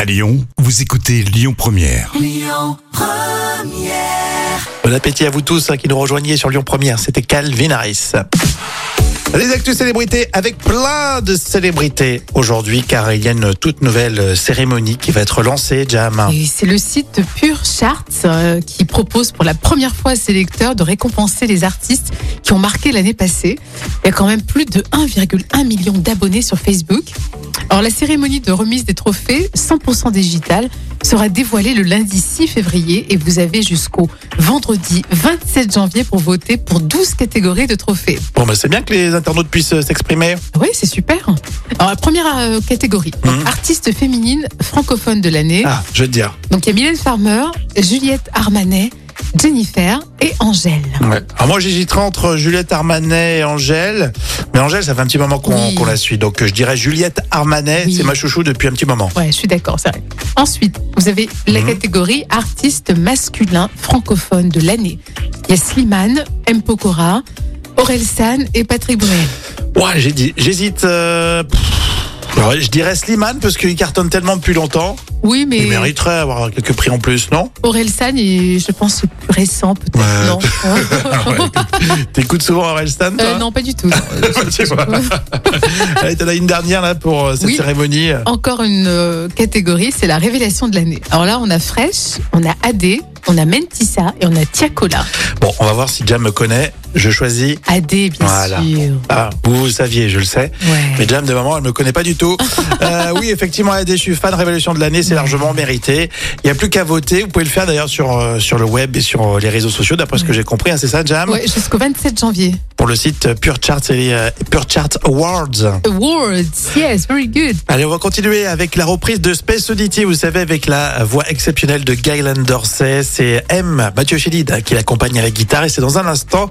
À Lyon, vous écoutez Lyon Première. Bon appétit à vous tous hein, qui nous rejoignez sur Lyon Première. C'était Calvin Harris. Les actus célébrités avec plein de célébrités aujourd'hui car il y a une toute nouvelle cérémonie qui va être lancée, Jam. Et c'est le site Pure Charts euh, qui propose pour la première fois à ses lecteurs de récompenser les artistes qui ont marqué l'année passée. Il y a quand même plus de 1,1 million d'abonnés sur Facebook. Alors la cérémonie de remise des trophées 100% digitale sera dévoilée le lundi 6 février et vous avez jusqu'au vendredi 27 janvier pour voter pour 12 catégories de trophées. Bon, bah, c'est bien que les internautes puissent euh, s'exprimer. Oui, c'est super. Alors la première euh, catégorie, donc, Mhm. artiste féminine francophone de l'année. Ah, je veux te dire. Donc il y a Mylène Farmer, Juliette Armanet, Jennifer et Angèle. Ouais. Alors moi j'hésiterai entre Juliette Armanet et Angèle. Mais Angèle, ça fait un petit moment qu'on Oui. qu'on la suit. Donc euh, je dirais Juliette Armanet, Oui. c'est ma chouchou depuis un petit moment. Ouais, je suis d'accord, c'est vrai. Ensuite, vous avez la Mhm. catégorie artiste masculin francophone de l'année. Il y a Slimane, M. Pokora, Aurel San et Patrick Bruel. Ouais, j'ai dit, j'hésite. euh, pff, alors, je dirais Slimane parce qu'il cartonne tellement depuis longtemps. Oui, mais Il mériterait avoir quelques prix en plus, non Aurel San est, je pense, le plus récent, peut-être. Ouais. Non. T'écoutes souvent Orelsan, toi Euh, non, pas du tout. Tu vois. Allez, t'en as une dernière là pour euh, cette Oui. cérémonie. Encore une euh, catégorie, c'est la révélation de l'année. Alors là, on a Fresh, on a AD, on a Mentissa et on a Tiakola. Bon, on va voir si Jam me connaît. Je choisis. AD, bien Voilà. sûr. Ah, vous, vous saviez, je le sais. Ouais. Mais Jam, de maman, elle me connaît pas du tout. Euh, oui, effectivement, AD, je suis fan. Révolution de l'année, c'est largement mérité. Il n'y a plus qu'à voter. Vous pouvez le faire d'ailleurs sur, euh, sur le web et sur euh, les réseaux sociaux, d'après Mm. ce que j'ai compris. hein, c'est ça, Jam Ouais, jusqu'au 27 janvier. Pour le site euh, Pure Charts et les, euh, Pure Charts Awards. Awards, yes, very good. Allez, on va continuer avec la reprise de Space Oddity, vous savez, avec la voix exceptionnelle de Guylaine Dorsey. C'est M, Mathieu Chélide, qui l'accompagne à la guitare et c'est dans un instant